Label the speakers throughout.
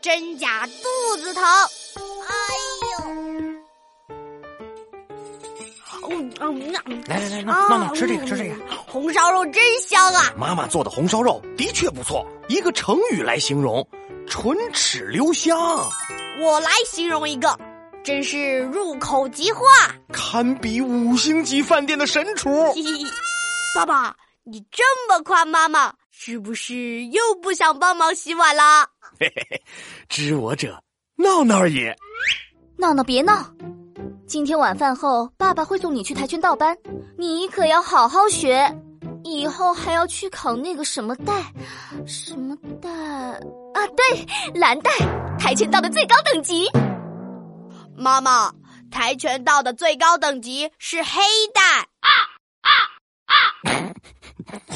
Speaker 1: 真假肚子疼。哎呦！哦嗯
Speaker 2: 来来来，
Speaker 1: 啊
Speaker 2: 闹闹闹，吃这个，吃这个。
Speaker 1: 红烧肉真香啊！
Speaker 2: 妈妈做的红烧肉的确不错，一个成语来形容，唇齿留香，
Speaker 1: 我来形容一个，真是入口即化。
Speaker 2: 堪比五星级饭店的神 厨。
Speaker 1: 嘿嘿嘿爸爸，你这么夸妈妈，是不是又不想帮忙洗碗啦？
Speaker 2: 知我者，闹闹也。
Speaker 3: 闹闹别闹，今天晚饭后爸爸会送你去跆拳道班，你可要好好学，以后还要去考那个什么带，什么带啊？对，蓝带，跆拳道的最高等级。
Speaker 1: 妈妈，跆拳道的最高等级是黑带。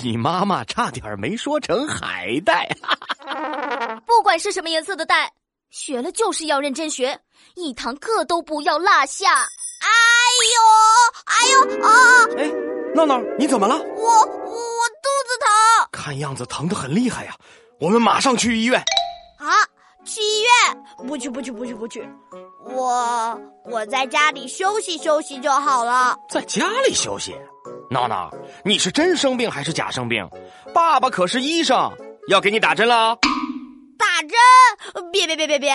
Speaker 2: 你妈妈差点没说成海带。啊
Speaker 3: 不管是什么颜色的带，学了就是要认真学，一堂课都不要落下。
Speaker 1: 哎呦，哎呦啊！
Speaker 2: 哎，闹闹，你怎么了？
Speaker 1: 我我我肚子疼
Speaker 2: 看样子疼得很厉害呀、我们马上去医院。
Speaker 1: 啊！去医院？不去不去不去不去！我我在家里休息休息就好了。
Speaker 2: 在家里休息。闹闹，你是真生病还是假生病？爸爸可是医生，要给你打针了。
Speaker 1: 打针？别别别别别！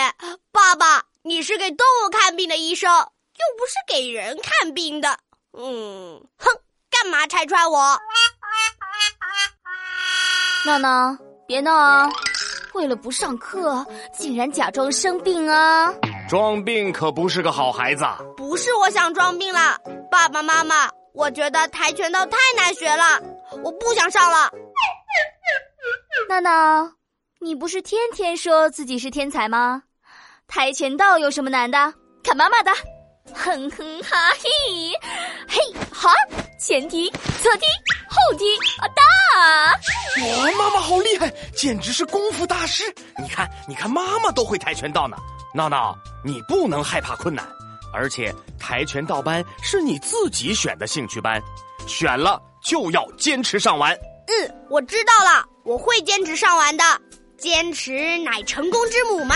Speaker 1: 爸爸，你是给动物看病的医生，又不是给人看病的。嗯，哼，干嘛拆穿我？
Speaker 3: 闹闹，别闹啊！为了不上课，竟然假装生病啊！
Speaker 2: 装病可不是个好孩子。啊
Speaker 1: 不是我想装病啦，爸爸妈妈，我觉得跆拳道太难学了，我不想 上了。
Speaker 3: 闹闹，你不是天天说自己是天才吗？跆拳道有什么难的？看妈妈的，哼哼哈嘿，嘿哈，前踢、侧踢、后踢啊哒！
Speaker 2: 哇，哦妈妈好厉害，简直是功夫大师！你看，你看，妈妈都会跆拳道呢。闹闹，你不能害怕困难，而且跆拳道班是你自己选的兴趣班，选了就要坚持上完。
Speaker 1: 嗯，我知道了，我会坚持上完的，坚持乃成功之母嘛。